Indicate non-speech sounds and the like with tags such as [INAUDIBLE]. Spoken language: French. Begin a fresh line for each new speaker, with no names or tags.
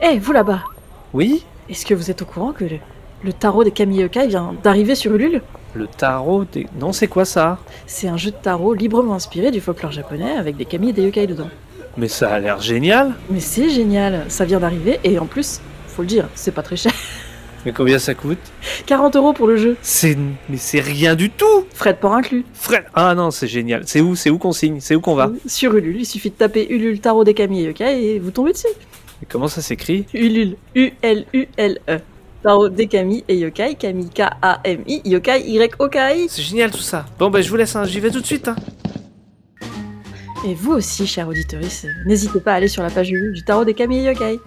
Hé, Eh, vous là-bas,
Oui
est-ce que vous êtes au courant que le, le tarot des Kamiokai vient d'arriver sur Ulule
Le tarot des... Non, c'est quoi ça
C'est un jeu de tarot librement inspiré du folklore japonais avec des kami et des yokai dedans.
Mais ça a l'air génial
Mais c'est génial, ça vient d'arriver et en plus, faut le dire, c'est pas très cher. [LAUGHS]
Mais combien ça coûte
40 euros pour le jeu,
C'est... Mais c'est rien du tout
frais de port inclus. Euh,
Frère Ah non, c'est génial. C'est où C'est où qu'on signe C'est où qu'on va
Sur Ulule, il suffit de taper Ulule tarot des Kami et yokai et vous tombez dessus.
Mais comment ça s'écrit
Ulule, U-L-U-L-E. E. Tarot des Kami et yokai, Kami K-A-M-I, yokai Y-O-K-I.
C'est génial tout ça. Bon, bah je vous laisse, hein. j'y vais tout de suite. hein.
Et vous aussi, chers auditeurs, n'hésitez pas à aller sur la page Ulule du tarot des Camille Yokai.